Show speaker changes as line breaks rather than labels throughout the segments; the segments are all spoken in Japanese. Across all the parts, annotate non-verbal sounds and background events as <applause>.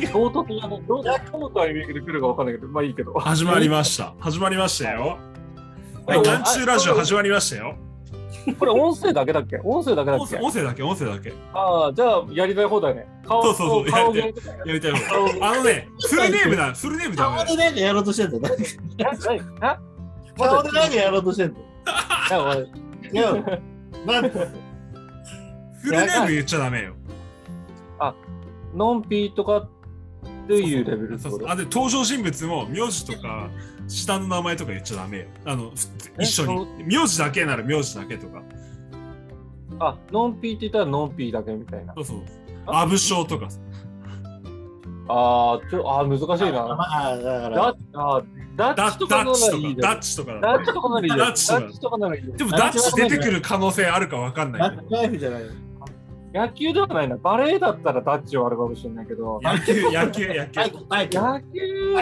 き唐突なの、どうどのタイミングで来るかわかんないけど、まあいいけど。
始まりました。始まりましたよ。
はい
眼中ラジオ始まりましたよ。
これ音声だけだっけ音声だけだ
音
っけ
声音声だけ、音声だけ。
ああ、じゃあやりたい方だね。顔
そうそうそう
顔
や
芸とかや
やりたい方 <laughs> あのね、フルネームだ、フルネームだ
顔でなんかやろうとしてんだよ。
りたい。
顔でなんかやろうとしてんだよ。
え
いや、なんか、
フルネーム言っちゃダメよ。
ノンピーとかっていうレベル
そうそうあで、登場人物も名字とか、下の名前とか言っちゃダメよ。あの、ふ
え
一緒
そ
に。名字だけなら名字だけとか。
あ、ノンピーって言ったらノンピーだけみたいな。
そうそう。アブショウとかさ。
ああ、ちょ、ああ、難しいな。
まあ、だから、
ダッあダ
ダ
ッ
ッ
チと
ダ
かな
ッ
ら
チ
いい
と
じ
か、
ゃ
ダッチとかだ。
ダッチとかならいいじゃん。
ダ
ダ
ッチとか
ッチとかならいいじゃん
でもダッチ出てくる可能性あるかわかんない
ラ
けど
ッ。ライフじゃないよ。
野球ではないな。バレエだったらダッチはあるかもしれないけど、
野球、野球、野球
タイ。トル、タイトル。
野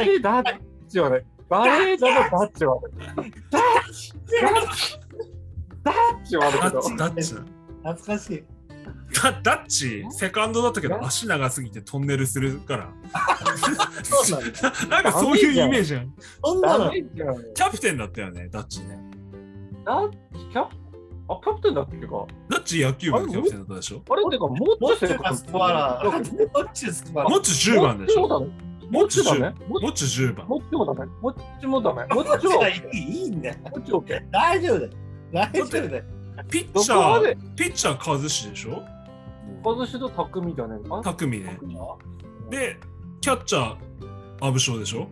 球でダッチはね、バレエだとダッチはある。ダッチダッチはある
ダ
け
ッ
ど、
チ、ダッチな。
懐かしい。
ダダッチ、セカンドだったけど、足長すぎてトンネルするから。
そうなんだ。
なんかそういうイメージある。
そんな
ダ
の
メ、じゃん。
キャプテンだったよね、ダッチね。
ダッチ、キャプあ、キャプテンだっけか。
ダッチ野球部のキャプテンだったでしょ
あれてか、もっ
モ
と
ッチュかスコアラ
もっち
ー。モッチュスコアラ
も
ー。
っち10番でしょ
もだね。
もっち
もっちだ
10
ね
もっち10番。
もっちもダメ。もっちもダメ。もっち
モ
は
ッ、チュいいいいんだよ。
もっち OK。
大丈夫だよ。大丈夫だよ。
ピッ
ど
チ
こ
ャ
ま
ー、
で
ピッチャー和志でしょ
外しと匠じゃねえか。
匠ね。で、キャッチャー、アブショウでしょ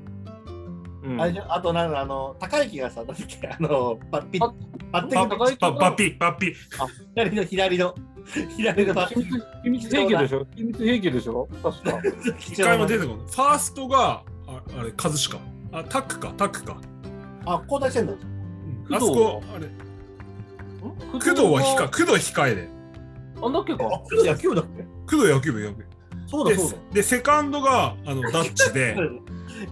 うん
あれでしょあとなんかあの高い木がさ、なんだっけあのパッピ
あ
パッテ
パ
ィ
あ高い
ッパパピ、パピ。
左の左の左のパッテ
秘密秘密兵器でしょ秘密兵器でしょ確か。
ィ。貴
一
重な
回も出てこない。ファーストが、ああれ、和志か。あ、タックか、タックか。
あ交代してんだ。
あそこ、あれ、
工
工藤は控え、工藤控えで。
あ、だっけか。
あ、それ野球だっけ？
工藤野球部、野球部。
そう
で
だそうだ。
でセカンドがあ
<laughs>
のダッチで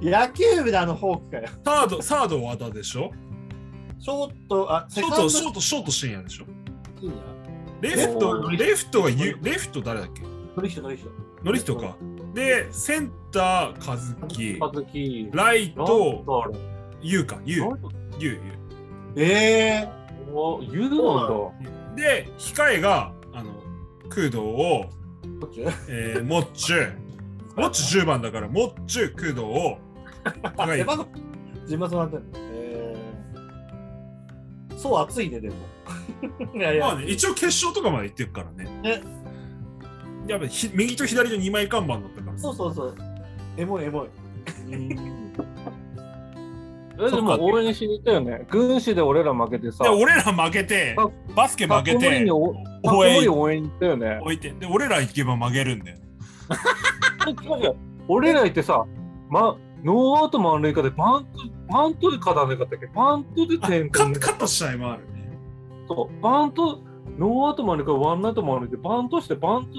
野球部であのフォークかよ。
サードサード和田でしょ
ショートあ
ショートショートショート深夜でしょ
トいいんじゃない
レフ
お
ト
ー
レフトがゆレフト誰だっけ
ノリヒトノリヒト。
ノリヒトかでセンター和樹
カズキ。
ライ
なん
ト
だあ
優か優
れ。
優
ええ
お、言うの
優で控えがあの工藤を、
ー。どっち？あ
えー、モッチュモッチュ10番だからモッチュ工藤
<laughs>
を <laughs> 高い
背番号ジンバスなってんの。ええー。そう暑いねでも。 <laughs> いやい
ま
や
あ。ね、一応決勝とかまで行ってるからね。
ね
やっぱひ右と左の2枚看板だったからさ
そうそうそう。エモいエモい。
だ。え、でも応援しに行ったよね。軍師で俺ら負けてさ
で、。俺ら負けて
バ、
バスケ負け
バスケ
て
にお、
応
すごい
援
応援行ったよね。
置いて、で、俺ら行けば負けるんだよ。
違う違う俺ら行ってさ、ま、ノーアウト満塁かでバント、バントで勝たなかったっけバントで
あ
点
勝
取
っ
んなか
勝った試合もあるね。
ったそうバント、ノーアウト満塁かワンアウト満塁でバントして、バント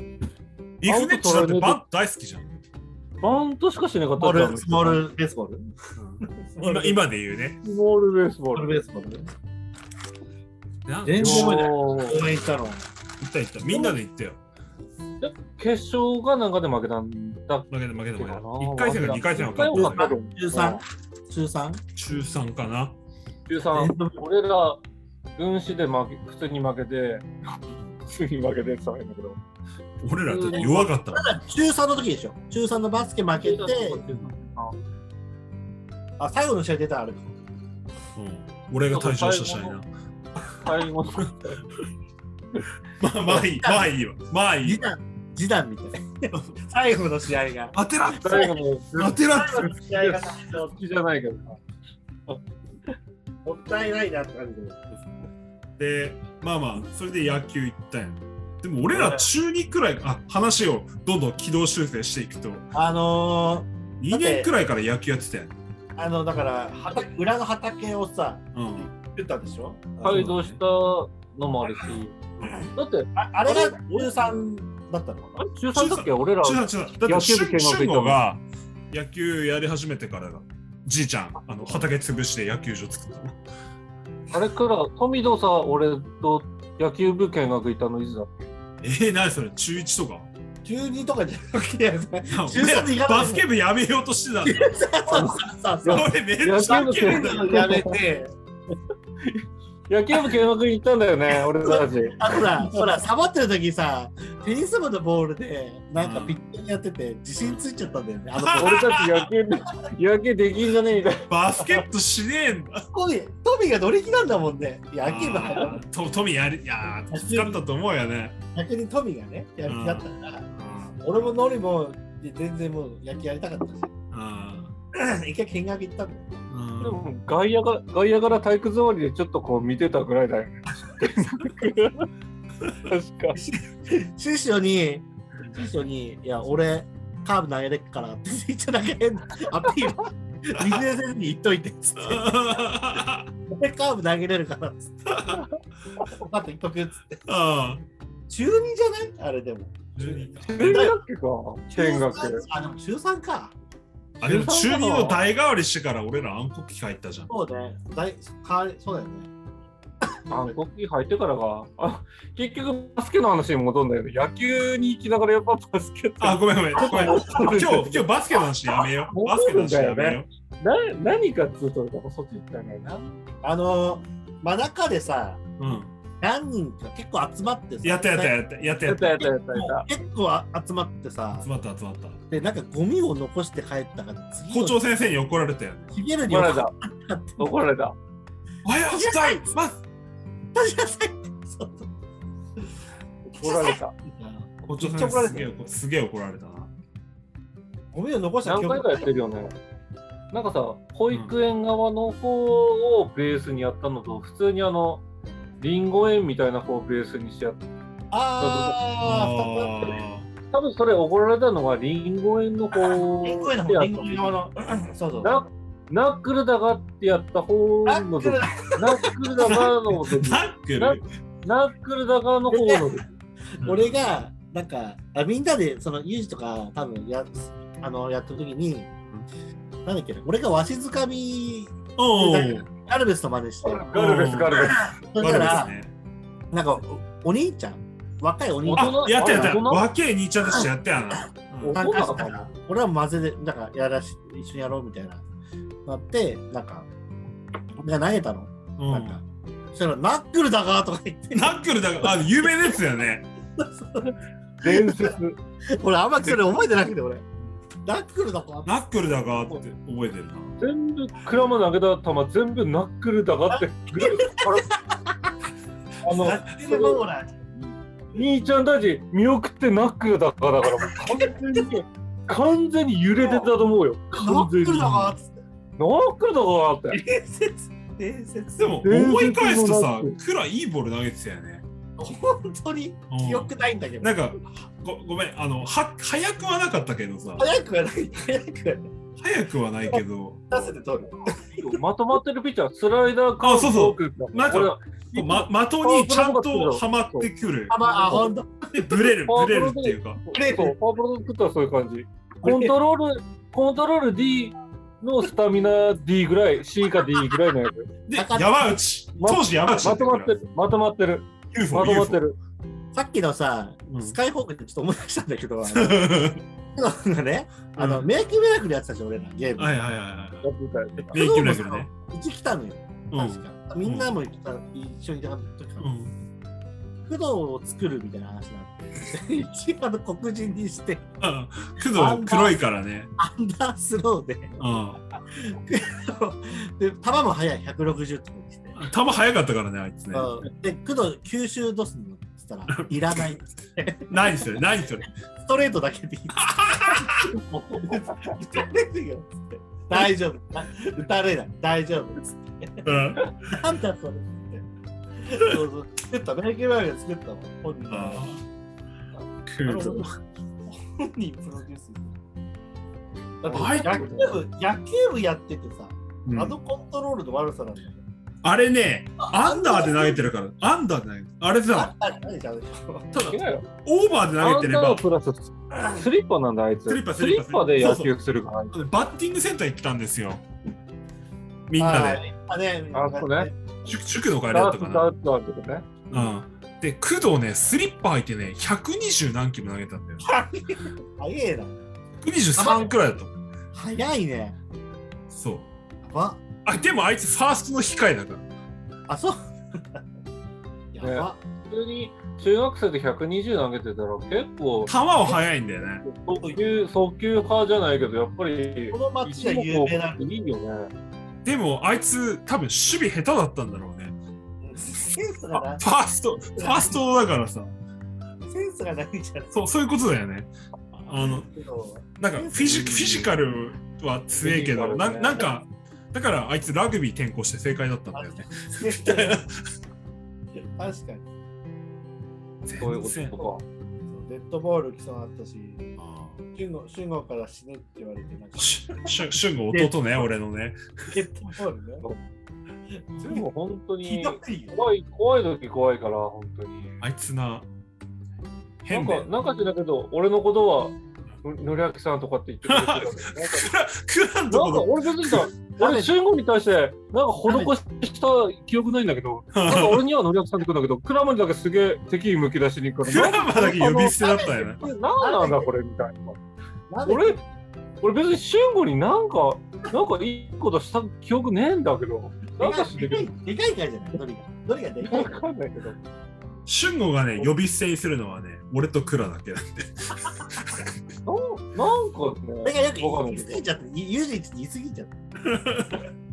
で
イフネッチだってバント大好きじゃん。
バントしかしなかったじゃん
スモールベースボール。
今今で言うね。
スモールベースボー
スモール
ル。
ベースボール。
な
全然覚えてない
おー
応援したの。
行った行った。みんなで行ったよ。
決勝がなんかで負けたんだっ
負けた負けた負
け
け
か
た。
な。
1回戦か2回戦
は
は勝ったんだよ。
中三中三
中3かな。
13、俺ら、軍師で負け、普通に負けて、普通に負けてたんだけど。
俺らだって弱かったもん。
中三の時でしょ中三のバスケ負けて、あ、最後の試合出たあれか。
うん俺が退場した試合な。
最後の、
まあまあいい、まあいいわ。まあいい
次。男、次男みたいな。 <laughs> 最後の試合が。
当てらっ
最後の、
当てらっ
最後の試合が最後
好きじゃないけどな。
もったいないなって感じで。
でまあまあそれで野球行ったんやでも俺ら中2くらいあ話をどんどん軌道修正していくと
あの
2年くらいから野球やってたやん、
ー、あの、だから、畑裏の畑をさ、
うん、
打ったでしょ
解動したのもあるし。だって、
ああれが中三だったの
あ
か
れ中3だっけ俺ら、
中中だって
野球部見
俊
学行ったもん
俊吾が野球やり始めてからだじいちゃんあの畑潰して野球場作ったの <laughs>
あれから、富戸さ、俺と野球部見学行ったのいつだ
えー、何それ中1とか
中二とかじゃなくて、
いや
中3でいかない
バスケ部やめようとしてたんだよ。
さあさ
俺めっちゃ
野球部
嫌い
部
だよ。
あ、やめて、
野球部見学に行ったんだよね、俺たち。
あとさ、ほら、サボってる時さ、テニス部のボールで、なんかピッチャーやってて、自信ついちゃったんだよね。あの子、
俺たち野球で、野球できんじゃねえみたい
バスケットしねえんだ。
トミー、トミーが乗り気なんだもんね。野球部入ら
あートトミーやり、いやー、助かったと思うよね。
逆にトミーがね、やる気だったから、
うん
俺もノリも全然もう野球やりたかったし、
あ
一回見学行ったんだよ。
ー
な。
う
で
ん
も外野が、外野から体育座りでちょっとこう見てたぐらいだよね。確か。
師匠に、師匠に、いや、俺、カーブ投げれっからって、一応だけ変なアピール、水江先生に言っといて、つって、
あ
俺、カーブ投げれるから、つって。あと一曲、つって。
あ
中2じゃないあれでも。
ー。12か
中学か、見
中
学
三。あ、でも中3か。
あでも中2の代替わりしてから俺ら暗黒期入ったじゃん。
そうね。だいかそうだよね。
あ、国旗入ってからか。あ、結局バスケの話に戻るんだけど、野球に行きながらやっぱバスケット。
あ、ごめんごめん。ごめん今日、今
今
日バスケの話やめよう。バスケの話やめよ
<laughs> な何かっつうと、やっぱそっち行ったんだよな。
あのー、真中でさ、
う。うん。
何人か結構集まってさ、
やったやったやったやったや
や
っ
った
た。
やったやったやった。
結構あ集まってさ
集、まった集まった。
で、なんかゴミを残して帰ったから、次
校長先生に怒られたよね。
ひげるに
怒られ
怒
た。怒られた。
おはようございます。
らしなさいって。 <laughs> そう
怒られた。
校長先生すげえ怒すげえ怒られたな。
ゴミを残した
何回かやってるよね。なんかさ、保育園側の方をベースにやったのと、普通にあの、りんご園みたいな方をベースにしてやった。
ああ、
あ
多分それ怒られたのはりんご園の方
リンゴ園の
で
方、
や
リ
っ
ン
た
ゴ園の。そうそう。
ナナックルダガってやった方
ナッ
の
ク
時
ル
ナックルダガの時
ーナック
な
ル。
ナックルダガの方の時
俺が、なんか、あみんなで、その、ユージとか、多分や、あの、やった時に、なんだっけな、俺がわしづかみ、
おお。
ガルベスの真似して、
ガルベスガルベス
そ
わ
し
かる
たら、
ですね。
なんか、おお兄ちゃん、若いお兄ちゃん
大、
あ
人
やったやっ
あ
た。
大人
若え兄ちゃんとしてやったやな。うん
お
参加したから、俺は混ぜで、なんか、やらし、一緒にやろうみたいな、なって、なんか、俺が投げたの。
うん
なんか、そしたら、ナックルだかとか言って、
ナックルだから、あ、有名ですよね。
伝説
俺、あんまりそれ覚えてなくて、俺。ナックルだか
ナックルだがって覚えてるな。
全部クラマ投げた球全部ナックルダガってぐるっと払うあの
ってるほら、
兄ちゃんたち見送ってナックルダガだからもう完全に完全に揺れてたと思う
<laughs>
よ
ナ
完
ック
全
ル
に
だ
ナ
かっつって。
ックルダガって
伝説、伝説。
でも、
伝説の
思い返すと
ナ
さ
ッ、
クラいいボール投げてたよね。
本当に記憶ないんだけど
な。んか、ごごめん、あの、は、早くはなかったけどさ、
早くはない、早くはない。
早くはないけど、
出せて取る。
まとまってるピッチャースライダーカー
あそうそう
ブフォークだ
なんか
俺は
ま、的にちゃんとはまってくる。
あ、まあ、あほんと。
で、ブレる、ブレるっていうか。
レー
そう、パワープロ作ったらそういう感じ。コントロール、コントロール D のスタミナ D ぐらい、C か D ぐらいのや
<laughs>
つ。
で
中、田
山内、当時山内だ
ま
った
とま
か
っ
ら
て。る、まとまってる、
UFO、
まとまって
UFO。
る。
さっきのさ
う、ん
スカイホークでちょっと思い出したんだけど、あのなんかね、あの、メイキミラクルやってたじゃん、俺ら、ゲーム。
<laughs> はいはいはいは
やってたやつ
い。で、行きましね。
うち来たのよ、
うん
確か。みんなも来た一緒にいた時か
う
な。
ん。
工藤を作るみたいな話になって、 <laughs> 一番の黒人にして、
あ工藤、黒いからね。
アンダースローで、
うん。
で、球も速い、160とかにして。
球早かったからね、あいつね。
うんで、工藤、吸収どうすんのって言ったら、いらない。
何それ、何それ。
ストレートだけでいい。打たれるよつって大丈夫。打たれない。大丈夫。つって
うん。
なんだそれ。つってそうそう作った。メイキングバーガー作ったわ。本人が。
あー工藤。
本人プロデュース。だ
あい
っ
つ
て野球部、野球部やっててさ、
うん
あのコントロールの悪さなんだよ。
あれね、アンダーで投げてるから、アンダーで投げてる。あれ
あ
さ、
んたじゃないじゃん。
ただ
だ。い、やよ。
オーバーで
ア
投
ン
げてれ
ダー
ば、
プラススリッパなんだ、あいつ。
スリッパスリッパ
で野球するから。
バッティングセンター行ったんですよ。みんなで。
あね。
あそうね
塾塾の帰りだ
ダ
っ
ー
た
ツ、
か
ダ
な。
ーツあるけどね。
うん。で、工藤ね、スリッパ履いてね、120何キロ投げたんだよ。
早いな。
123くらいだと。
早いね。
そう。
やば。
あ、でもあいつファーストの控えだから。
あ、そう。やば。
普通に中学生で120投げてたら結構
球は速いんだよね。
速球速球派じゃないけどやっぱり
この町が有名なの。
いいよね
でもあいつ多分守備下手だったんだろうね。
センスが
あ
な
ファースト、ファーストだからさ。
い。センスがないじゃん。
そう、そういうことだよね。あの、なんかフィジフィジカルは強えけど、
フィジカ
な
ルね
なんか、だからあいつラグビー転向して正解だったんだよね。
確かに。
そういう
全然。
ことか
そうデッドボール来そうだったし、
あ
俊吾俊吾から死ねって言われて、なんか
ー、しししゅんご弟ね、俺のね。
デッドボールね。
でも本当
ひ
に
どいよ。
怖い怖い時怖いから本当に
あいつな、
な
変
ん
で
か。なんか知らんけど俺のことはのりあきさんとかって言ってくれてたけどなんか
クランと
なん
こ
か
の
俺別にさ、俺、俊吾に対して、なんか施した記憶ないんだけど、なん
<laughs>
か俺には乗り上げたんだけど、クラマにだけすげえ敵意向き出しに行く
ク
から、
ランマだけ呼び捨てだったよね。
なんなんだこれみたいな。
なんで
俺、俺別に俊吾になんか、なんかいいことした記憶ねえんだけど、なんかし
で
て
か
け
いでかいからじゃない、どれが。どれがで
ど、
かい
わ
か。
かんないけど、
シュンゴがね、呼び捨てにするのはね、俺とクラだけだ。
なんなんか
俺
ね、
がよく
わかんない
言い過ぎちゃった。ユージって言い過ぎちゃった。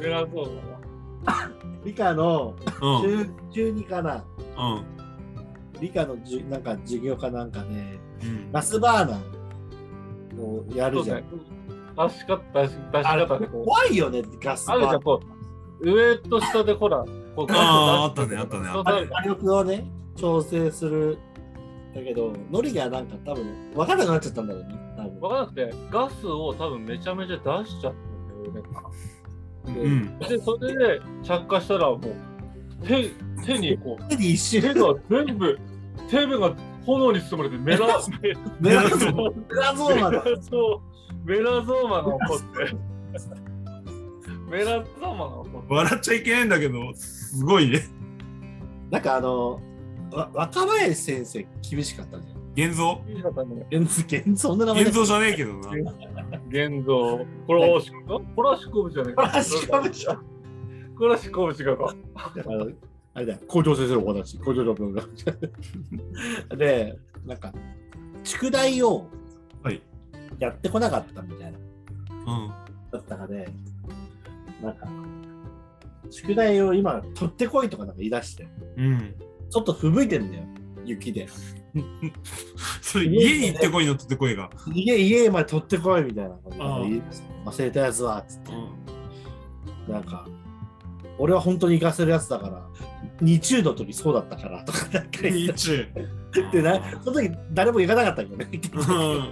偉そうだな。
理科の
うん。うん。
中中2かな。理科のじゅなんか授業かなんかね、
うん
ガスバーナーをやるじゃん。
出し方、出し出し
あれ
方でこう。
怖いよね、ガス
あ
バー
るじゃ
ナ
ん、こう、上と下でほら、こう
あーあったねあったねあった
ー。火力をね、調整する。だけど、ノリがなんか多分分からなくなっちゃったんだろうね。多分
分からなくてガスを多分めちゃめちゃ出しちゃったんだよね
うん。
でそれで着火したらもう手手にこう
手に一周
手
の
が全部手部が炎に包まれてメラメ
<laughs>
メラ
ラ
ゾ
ゾ
ー
ー
マ
マ
メラゾーマだ。
メラゾーマが起こってメラゾーマが起こって
笑っちゃいけないんだけど、すごいね。
なんかあの、わ若林先生厳しかったじゃん。
現像
現像、そんな名前
現像じゃねえけどな。
現像これ押し込むこれ押し込むじゃねえか
でしょ。
これ押し込む違うか
あのあれだよ、校長先生のお話、校長
<laughs>
のお話。で、なんか、宿題を
はい。
やってこなかったみたいな、
うん。
だったかで、なんか、宿題を今、取ってこいとかなんか言い出して、
うん。 <laughs>
ちょっと吹雪いてんだよ、雪で。
それ、家に行ってこいのって声が。
家、家まで取ってこいみたいなことなん
ああ
か言い出して忘れたやつは、つって
う。ん。
なんか、俺は本当に行かせるやつだから、日中の時そうだったからとか、なんか言っ
日
てな、その時誰も行かなかったけどね、
うん。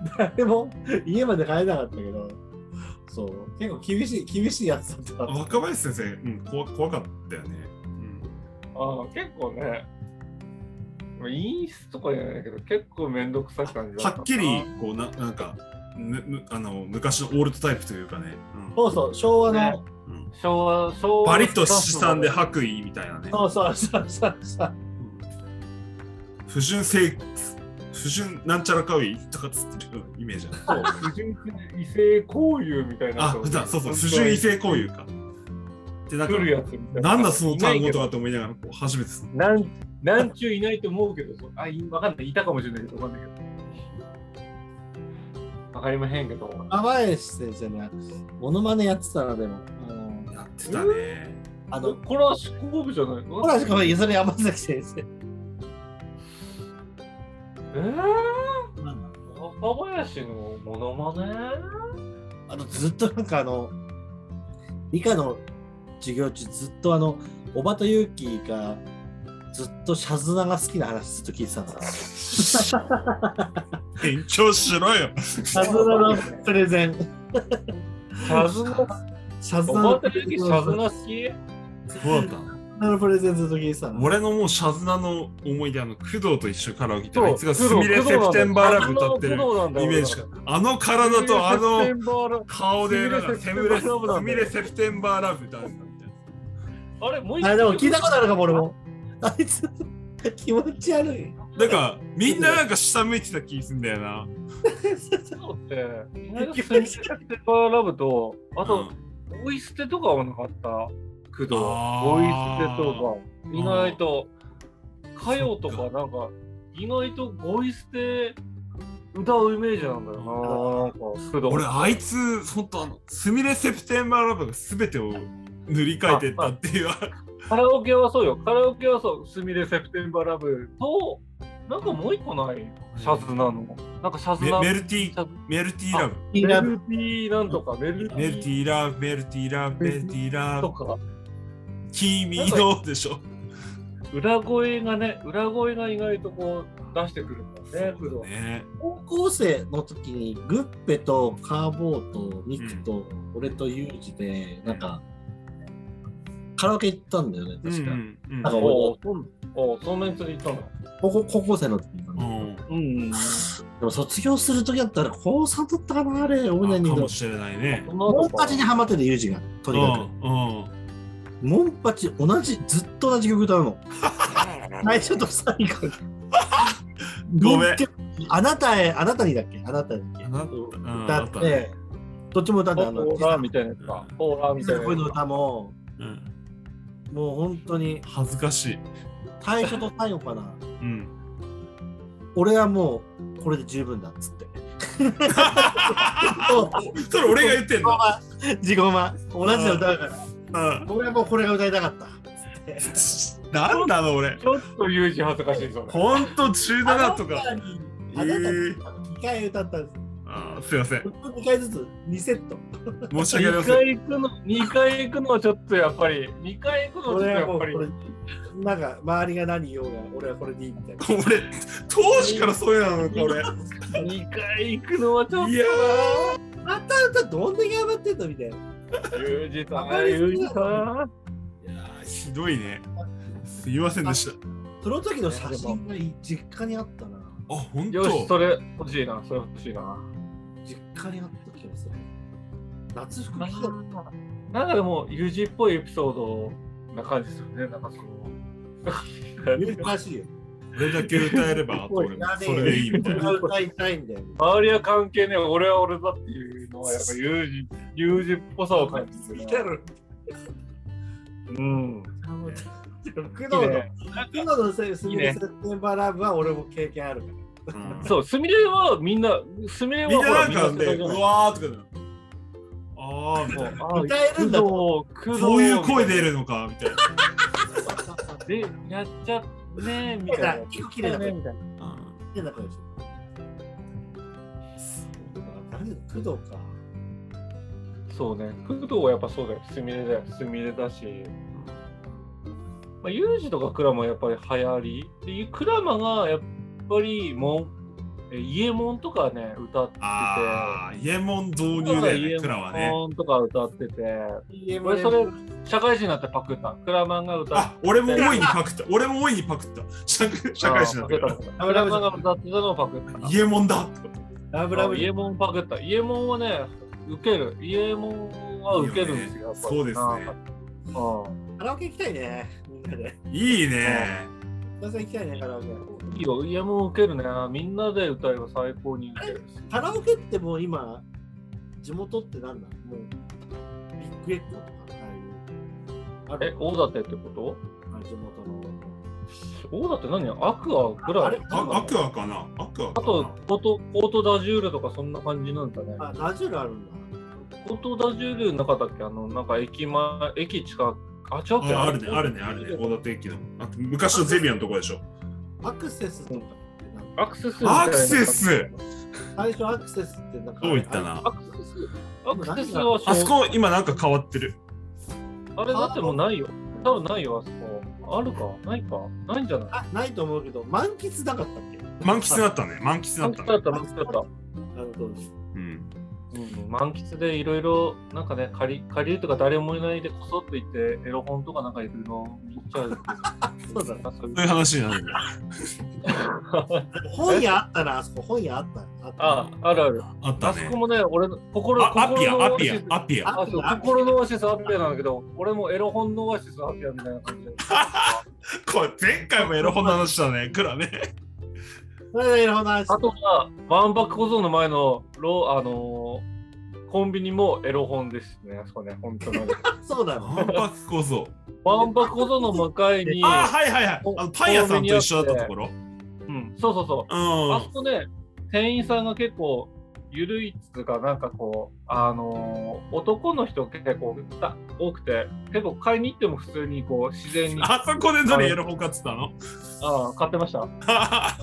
<laughs> 誰も家まで帰れなかったけど、そう、結構厳しい、厳しいやつだった。
若林先生、うん、怖怖かったよね。うん
ああ、結構ね、まあインスとかじゃないけど、結構めんどくさい感じだ
は
った
っきり、こう、ななんか、むむあの昔のオールドタイプというかね、
そうそう、昭和の、
ね
うんうん
昭和、昭和。
バリッと資産で白衣みたいなね、
そうそうそうそうそう。
不純性、不純なんちゃらかういとかつってるイメージある。
そう不純異性交友みたいな
あ、
人。
だそうそう、不純異性交友か。で、なんか
来、るやつみたいな。
なんだその単語と
い
かって思いながら、こう初めてその
ないけど。なん、なんちゅういないと思うけど、そうあ、いわかんない、いたかもしれないけど、わかんないけど。わかりまへんけど。
若林先生ね、モノマネやってたらでも、あの、
やってたね。
あ
あ
の
の、、これは執行部じゃないの
ほら、しかも、ゆずれ山崎先生。
えぇ、ー、若林のモノマネ
あのずっとなんかあの理科の授業中ずっとあの小畑祐樹がずっとシャズナが好きな話ずっと聞いてたんだシ
<laughs> 勉強しろよ。
ャズナのプレゼン
シャズナ、
シャズ
お
ナの
ば
プ
た
レ
ゆ
ゼ
き
ン
シャズナ好き
そうだった。
のプレゼンずっと聞いてたの。
俺のもうシャズナの思い出、あの、工藤と一緒にカラオケ行って、
そう
あいつがスミレ・セプテンバーラブ歌ってるイ
工藤なんだよ
メージが。あの体とあ
スミレセプテ
の
ンバーラ
顔で、なんかセ
ス
ミ
ミ
レ・
レ
セ
セプテンバーラブなんだよ
プテンバーラブ歌うんだみたいな。
ブあれ、もう一
あ、でも聞いたことあるかも、俺も。 <laughs> あいつ、気持ち悪い。
なんか、みんななんか下向いてた気すんだよな。
そうって、意外とスミレ・セプテンバーラブと、あ
う
と
ん、
ボイステとかはなかった工藤。ボイス
あ
テ
ー
とか、意外と、歌謡と
そ
か
っ
なんか、意外とボイステ歌うイメージなんだよな。なんか、工藤。
俺、あいつ、ほんとあの、スミレ・セプテンバーラブが全てを塗り替えてったっていう。
カラオケはそうよ。カラオケはそう。スミレ・セプテンバーラブと、なんかもう一個ないシャズナの。なんかシャズ
メ
ナ
メルティ
シャズ
メルティーラブ。
いい
メ
な
ルティーなんとか、メルテ
メルテ
ィ
ィーラブ、メルティーラブ、メルティーラ
ー
ブ
と。か、
君のでしょ。
裏声がね、裏声が意外とこう出してくるんだよね、工藤。
ね。
高校生の時に、グッペとカーボーとミクと、俺とユージで、なんか、カラオケ行ったんだよね、
うんう
確か。
んうん
あの
おーそんおー、そんなに連れて行ったの
高校高校生の時に。
うん。
うん。
でも卒業する時だったら、高3だったかな、あれ、オムニャ
あ
ン
か
に
も。しれないね。
そんな
モ
の
ンパチにハマってて、ユージが。と
うん
に
う
か
ん。
く。モンパチ、同じ、ずっと同じ曲歌うの。最初と最後。
ごめん。
あなたへ、あなたにだっけあなたにだっけ
あなうん
歌
あなた
っ
ね
て、どっちも歌って、あの、
オーラーみたいなやつか。オーラーみたいな
声の
やつか。
歌も、
うん
もう本当に、
恥ずかしい。
最初と最後かな。
うん。
俺はもう、これで十分だっつって。
それ俺が言ってん
自己
の。
満、自己満。同じの歌うから。
うん
俺はもうこれが歌いたかった。
なんなの俺。
ちょっとユージ恥ずかしいぞ。
ほんと17とか。え
あなたに
ー
2回歌ったんです。
あーすいません。
2回ずつ2セット。
申し訳あり
2回行
ません。
くの、二回行くのはちょっとやっぱり、2回行くのはちょっと
俺は
や
も
っ
うこ
ぱり。
れ、なんか周りが何言おうが、俺はこれでいいみたいな。
俺、当時からそういうのなのか俺。
2回行くのはちょっ
いや
また歌どんだけ頑張ってんのみたいな。
と。ユージさ
わか
ん、
りすぎだ
ユージさ
ーいやーひどいね。すいませんでした。
その時の写真が実家にあったな。
あ、ほん
ん。よし、
と
そ。れ欲しいな、それ欲しいな。
実家にあった気がする。夏服
な
着てた。
んかでも、ユージっぽいエピソードな感じするね、なんかその。
難しいよ。
俺だけ歌えれば、あと俺もそれでいいみたいな。
歌いたいんだよ。
周りは関係ねえ、俺は俺だっていうのは、やっぱユージ、ユージっぽさを感じるな。
ろ。
うん。
工藤
いい
の
ね
工藤のせいスミレセプテンバーラブは俺も経験あるから。
うん
そう、すみれはみんな、すみれは
みんな
ほら
なんか
みんな
ね、
世代じ
う
ゃない
わーとかな。あーみたいな。
あ
歌えるんだ
工藤工藤
こういう声出るのかみたいな。
で、やっちゃねえみたいな。
結構綺麗だね
みたいな。
変な声してる。誰だ工藤か。
そうね。工藤はやっぱそうだよ。すみれだよ。すみれだし。まあ、ユージとかクラマやっぱり流行り。で、クラマがやっぱりもん、え家門とかね、歌ってて。
ああ、イエモン導入だよね、クラはね。
家門とか歌ってて。
CM
俺それ、社会人になってパクった。クラマンが歌って
あ、俺も大いにパクった。俺も大いにパクった。社社会人だったから。
あクラマンが歌ってたのをパクった。
イエモンだとか
ラブラ
あ
ブ
イエモンパクった。イエモンはね、受ける。イエモンは受けるんですよ。やっぱり
そうですね。
う
カラオケ行きたいね。みんなで。
いいね。
皆さん行きたいね、カラオケ。
ん。いいよ、イエモン受けるね。みんなで歌えば最高に受けるし。
カラオケってもう今、地元ってなんだもう、ビッグエコーとか、ああいう。あ
え
る、
大館ってこ
地元の。
と大館何アクアぐら
あ
い
れ
あアクアかなアクア
あ
か
と
な、
コート、コートダジュールとかそんな感じなんだね。
あ、ラジュールあるんだ。
コートダジュールなかったっけあの、なんか駅前、駅近く。あ、違うっけ
ああるね、あるね、あるね。大館駅の。あと昔のゼビアのとこでしょ。
アクセスとかってなんか、
アクセスみたいな感じ
アクセス
最初アクセスってなんか、
どういったな
ア。クセスアクセスはしょう
あそこ、今なんか変わってる。
あれだってもうないよ。多分ないよ、あそこ。あるかないかないんじゃない
あないと思うけど、満喫なかったっけ
満喫になったね。満喫
満
に
喫
なっ
だ
たね。
った、満喫だった。
あの当時
うん。
うん、満喫でいろいろ、なんかね、借り、借りるとか誰もいないでこそっと行って、エロ本とかなんかいろいろ見ちゃう。
そうだ。
あそういう
<laughs> そういう話になるんだ。
本屋あったな、あそこ本屋あった。あった
あ、あるある。
あった
あそ
ね
こ。もね、俺の心
あ、アピ
心の
ア、ア
オアシ
ピ
ス
ア、アピア。
あそう心のオアシスアピアなんだけど、俺もエロ本のオアシスアピアみたいな感じで。
これ、前回もエロ本の話だね、クラね。
それでいろんな話。
あとは、ワンバック小僧の前のロあのーコンビニもエロ本ですね、あそこね、本当
<laughs>
の。
そうだよ。
万博こそ。
ワンバック小僧の向かいに、
あ、はいはいはい。あのパン屋さんと一緒だったところ。
うん、そうそうそうう、
ん。
あそこね、店員さんが結構、ゆるいっつうか、なんかこう、あのー男の人結構た多くて、結構買いに行っても普通にこう自然に
あそこで何エロ本買ってたの <laughs>
あー買ってました。あ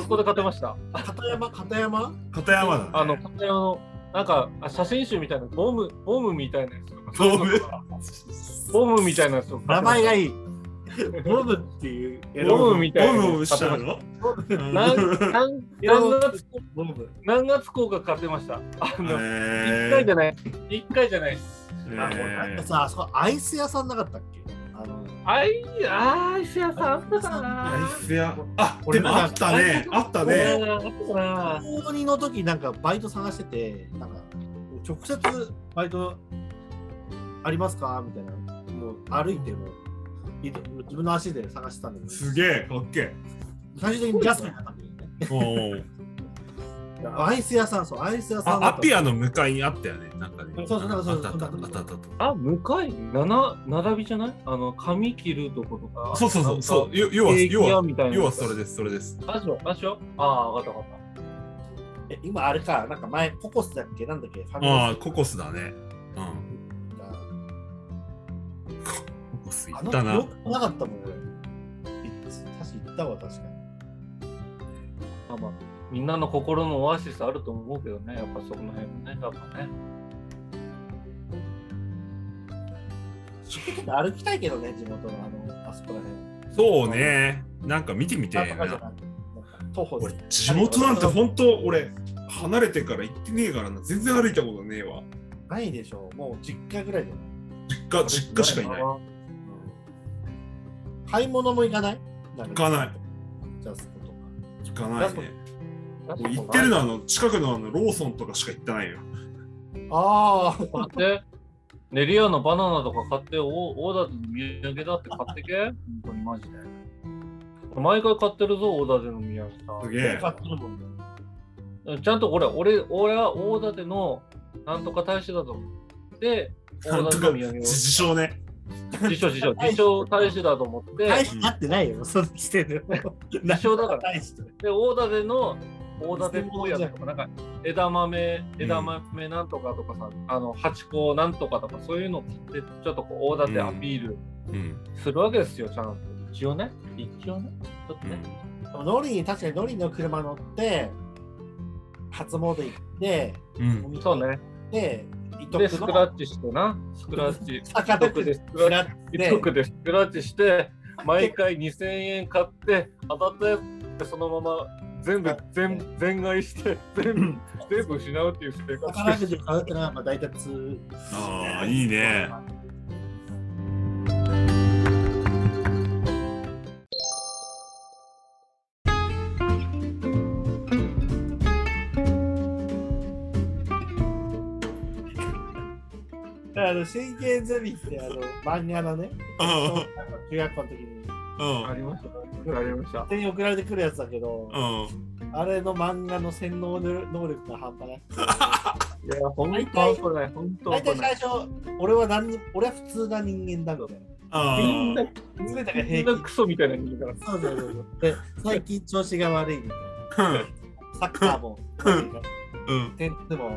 そこで買ってました。
片山、片山
片山だね。
あの、こちらの、なんか、あ写真集みたいな、ボム、ボムみたいなやつとか。
ボム
そういうのがボムみたいなやつとか。
名前が
い
いい。ボブっていう。
ボムみたいな
ボムしたの
何
うん <laughs>
何何月、
ボブ。
何月効果買ってました。あの、一、
え
回じ
ー
ゃない。一回じゃないです。
あのなん
え
か
ー
さ、あそこアイス屋さんなかったっけあの、
あい、あー、石屋さん、あったか
アイ
な。
ス屋あ、でもあったね。あった
あ
ね。
ったな。
高2の時なんかバイト探してて、なんか直接バイトありますかみたいな。もう歩いてもい自分の足で探してたんだけど、
すげえ、オッケ
最終的にジャスミンだったんだよね。
<laughs>
ー。おー
アイス屋さん、そう、アイス屋さん
あ、アピ
ア
アの向かいにあったよね。なんかね。
そうそうなんかそう
あったあったあったあったあっ
あ、向かい、七、並びじゃない。あの、髪切るとことか。
た。そうそうそうそう。よ要は、
ケーキ
要
屋
は、
みたいな。
要はそれです、それです。
あ、そう、あ、そう。あー、わかった、わかっ
今あれか、なんか前ココスだっけなんだっけファミレス
ああ、ココスだね。うん。ココス行
あ
っ
の
たな。
記憶なかったもん、俺。確か行ったわ、確かに。
た。あまあ、みんなの心のオアシスあると思うけどね、やっぱそこの辺もね、やっぱね。
ちょっと歩きたいけどね、地元のあの、あそこら辺。
そうね。なんか見てみて
な
え
んとかじゃ
な。
ない徒歩
俺
で。、
地元なんて本当、俺、離れてから行ってねえからな。全然歩いたことねえわ。
ないでしょう。もう実家ぐらいじゃない。
実家、実家しかいない。
買い物も行かない行
行かない。
ジャスコとか。
行かないね。
確
も
か
う
に
行ってるのは、あの、近くのあのローソンとかしか行ってないよ。<laughs>
ああ、
買って、練り屋のバナナとか買って、おオーダーズの土産だって買ってけ、本当にマジで。毎回買ってるぞ、オーダーズの土産さ
すげえ。
買ってるもんね。
ん。ちゃんと俺、俺、俺は大館のなんとか大使だと思って、大
なん
館
とか、
の土産を、
自
自
自称ね。
称自称、自称大使だと思って、
大してなってないよ、その時
<laughs>
点で。
自称だから。
大してない。
で、大館の大館っぽいやつとか、なんか枝豆、枝豆なんとかとかさ、あの、八甲なんとかとか、そういうのを買って、ちょっとこう大館アピール
うん。
するわけですよ、ちゃんと。一応ね、一応ね、ちょっと
う
ね
ん。
でもノリに、確かにノリの車乗って、初詣行って、
うん。
そう。ね。
で、伊
で、
東
ス
区
ク
の
ラッチしてな、 <laughs> スクラッチ、
<laughs> 坂田区
で
で
ス
ス
クラッチ
クラッチ
一
で、
服でスクラッチして、毎回2000円買って、当たったやつそのまま全部
はい、
全全買いして、全部、全部失うっていう生活
宝くじ買うってのは、まあ大体通。
ああ、いいね。
あの、真剣ゼミって、あの、漫画のね、
うん。
中学校の時に、
うん
ありました。ありました
勝。手に送られてくるやつだけど、
うん。
あれの漫画の洗脳能力が半端ない。
いや、本当は怒らない、本当は
大
怒
体
らな
最
い。
初、俺は何に俺は普通な人間だみたいな。
あ
みんな
ー、
みんなが
みん
平
な
気。
クソみたいな人間だか
そうそうそうそう。で、最近調子が悪いみたいな。サッカーも、
うん。
点数も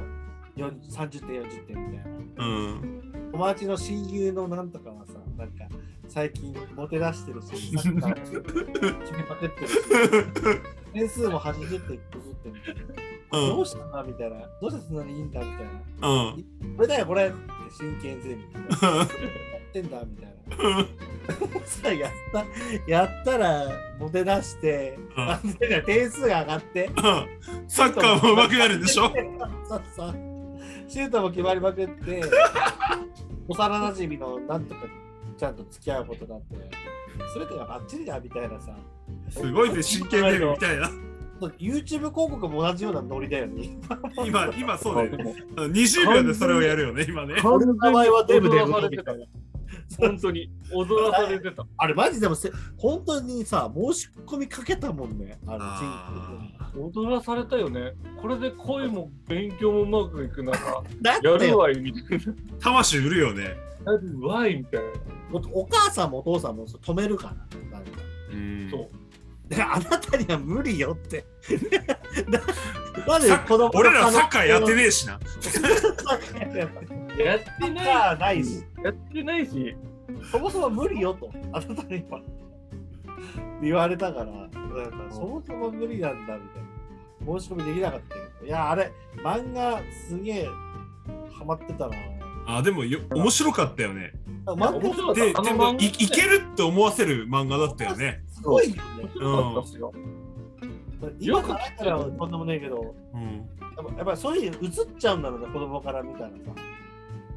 40 30点、40点みたいな。
うん。
友達の親友のなんとかはさ、なんか最近モテ出してるし、サッカー決めまくってるし、点数も80点、90点みたいな。
う
ど
ん
うしたんだみたいな。どうしてそんなにいいんだみたいな。
うん。
これだよ、これ。真剣ゼミ。やってんだみたいな。さやったやったらモテ出して、
うん
なんていうか点数が上がって
サッカーも上手くなるんでしょ
そうそうシュートも決まりまくって幼なじみのなんとかちゃんと付き合うことになってそれとがバッチリだみたいなさ、
すごいぜ、真剣デビューみた
<laughs>
いな。
YouTube 広告も同じようなノリだよね。
今、今そうだよね。
も
20秒でそれをやるよね、今ね。
俺の名前はデブデブ
踊らされ
み
て
た
た
いな。
本当に踊らされてた。
あれマジでもせ本当にさ、申し込みかけたもんね。あの人
あ
踊らされたよね。これで恋も勉強もうまくいくなら、
だ
や
って
る
よ
わいみたい
ー魂売るよね。
な。やるわいみたいな。
おお母さんもお父さんも止めるから。なんか <laughs>
うん
そう。
であなたには無理よって。 <laughs> ななんで
さ
子供
俺らサッカーやってねえしな。
サッカーやって
やって
<laughs> ない
ない。
ないし、
やってないし、
そもそも無理よと、あなたには言われたから、なんかそもそも無理なんだみたいな。申し込みできなかったけど、いや、あれ、漫画すげえハマってたな。
あ、でもよ面白かったよね。
漫
面白か
画
で、
った。
で
あの
も
漫
い
画
いけるって思わせる漫画だったよね。
すごいよね。
面白かったっすよ。
今考えたらとんでもないけど、
うん。
でもやっぱりそういう映っちゃうんだろうね、子供から見たらさ。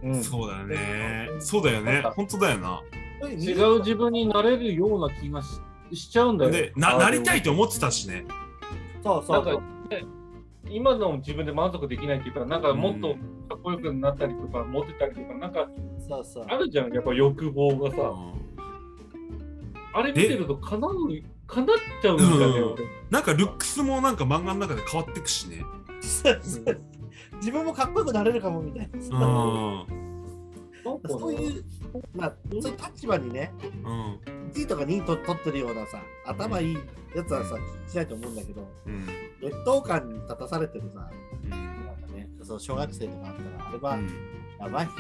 うん
そうだよね。そうだよね。本当だよな。
そういう
違
見る
う自分になれるような気がししちゃうんだよ。
で、ななりたいと思ってたしね。
そうそ
な
うんそ
か
う。、
ね、今の自分で満足できないっていうか、なんかもっ
う
と
ん
かっこよくなったりとか、モテたりとか、なんか
そうそう
あるじゃん、やっぱ欲望がさ。あれ見てると叶う、叶っちゃうんだ
うん
よね。
なんかルックスもなんか漫画の中で変わってくしね。
そうそう <laughs> 自分もかっこよくなれるかもみたいな。
うん。うん。
なんかな
そういう、まあ、そういう立場にね、1位とか2位と取ってるようなさ、頭いいやつはさ、気にしないと思うんだけど、
うん。
劣等感に立たされてるさ、
うん。
なんかね、そう小学生とかあったら、あれ
う
は
ん
やばいよね。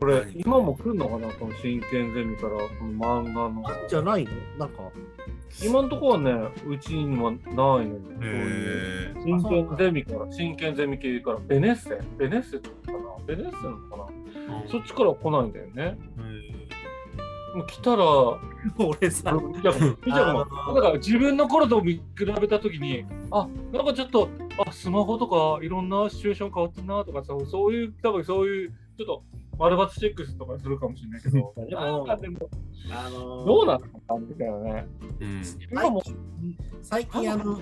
これ、今も来るのかな、この真剣ゼミから、この漫画の。
なんじゃないのなんか、 <laughs>
今のところはね、うちにはないのよ。そういう
へー
真剣ゼミから、真剣ゼミ系から、ベネッセベネッセとかなベネッセなのかな
うん
そっちから来ないんだよね。
うん
もう来たら、
俺さ、
いや見ちゃう
あ
の
の
だから自分の頃と見比べたときに、あなんかちょっと、あスマホとかいろんなシチュエーション変わってんなとかさ、そういう、多分そういう、ちょっと、丸抜チェックスとかするかもしれないけど、
でも
なんかでも、
あの
どうなのかなみたいなね。
うん
今も、
最近あの、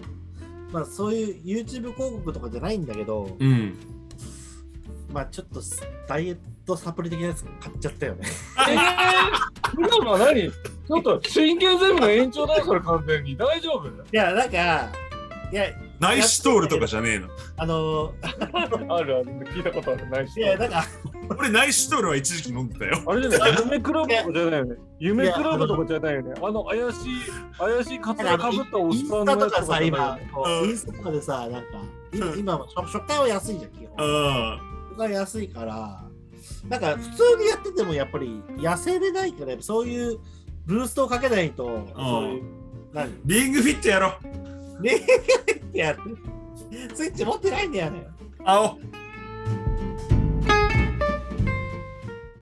まあそういう YouTube 広告とかじゃないんだけど、
うん。
まあちょっとダイエットサプリ的なやつ買っちゃったよね。 <laughs>
えー、普段は何ちょっと、真剣ゼミの延長だよ、それ完全に。大丈夫
いや、なんか、いや、
ナイストールとかじゃねえの。
あの、
あるある、聞いたことある、ないし
い。や、なんか、
俺、ナイストールは一時期飲んでたよ。
あれじゃない夢クラブとかじゃないよね。夢クラブとかじゃないよね。あの怪しい、怪しいカツラかぶったおっ
イン
さん
ス
の
タ
や
と
つ
かさ、
じゃな
今
いよね、
こう
うん
インスタとかでさ、なんか、今
うん
今は初初回は安いじゃん、基本。
あ
初回安いから、なんか、普通にやっててもやっぱり痩せれないから、やっぱそういうブーストをかけないと、そういう、何
リングフィットやろ。
ねえってやる。スイッチ持ってないんだよね。
青。